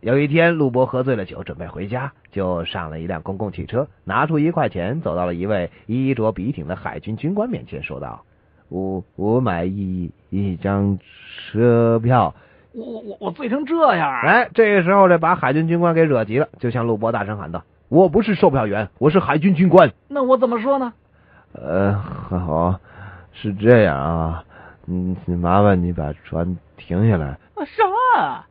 有一天，陆博喝醉了酒，准备回家，就上了一辆公共汽车，拿出一块钱，走到了一位衣着笔挺的海军军官面前，说道：“我我买一一张车票。我我我我醉成这样”啊！哎，这个时候这把海军军官给惹急了，就向陆博大声喊道：“我不是售票员，我是海军军官。”那我怎么说呢？呃，好，是这样啊，嗯，麻烦你把船停下来。啊啥啊？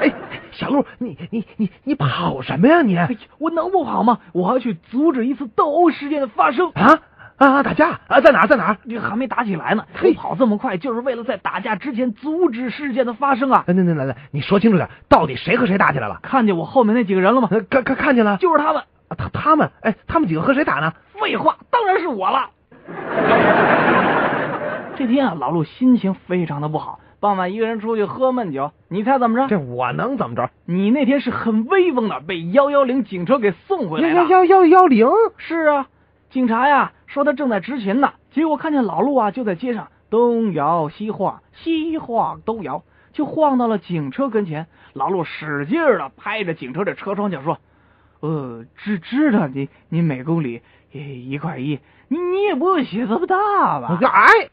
哎，小陆，你你你你跑什么呀你？哎呀，我能不跑吗？我要去阻止一次斗殴事件的发生。啊啊！打架啊，在哪儿在哪儿？这还没打起来呢，嘿我跑这么快就是为了在打架之前阻止事件的发生啊！哎，那那那那，你说清楚点，到底谁和谁打起来了？看见我后面那几个人了吗？呃看看看见了，就是他们。啊他他们哎，他们几个和谁打呢？废话，当然是我了。这天啊，老陆心情非常的不好，傍晚一个人出去喝闷酒。你猜怎么着？这我能怎么着？你那天是很威风的，被幺幺零警车给送回来了。幺幺幺零，是啊，警察呀说他正在执勤呢，结果看见老陆啊就在街上东摇西晃，西晃东摇，就晃到了警车跟前。老陆使劲的拍着警车的车窗，就说：“呃，知知道你你每公呃啊里一一块一，你你也不会写这么大吧？哎，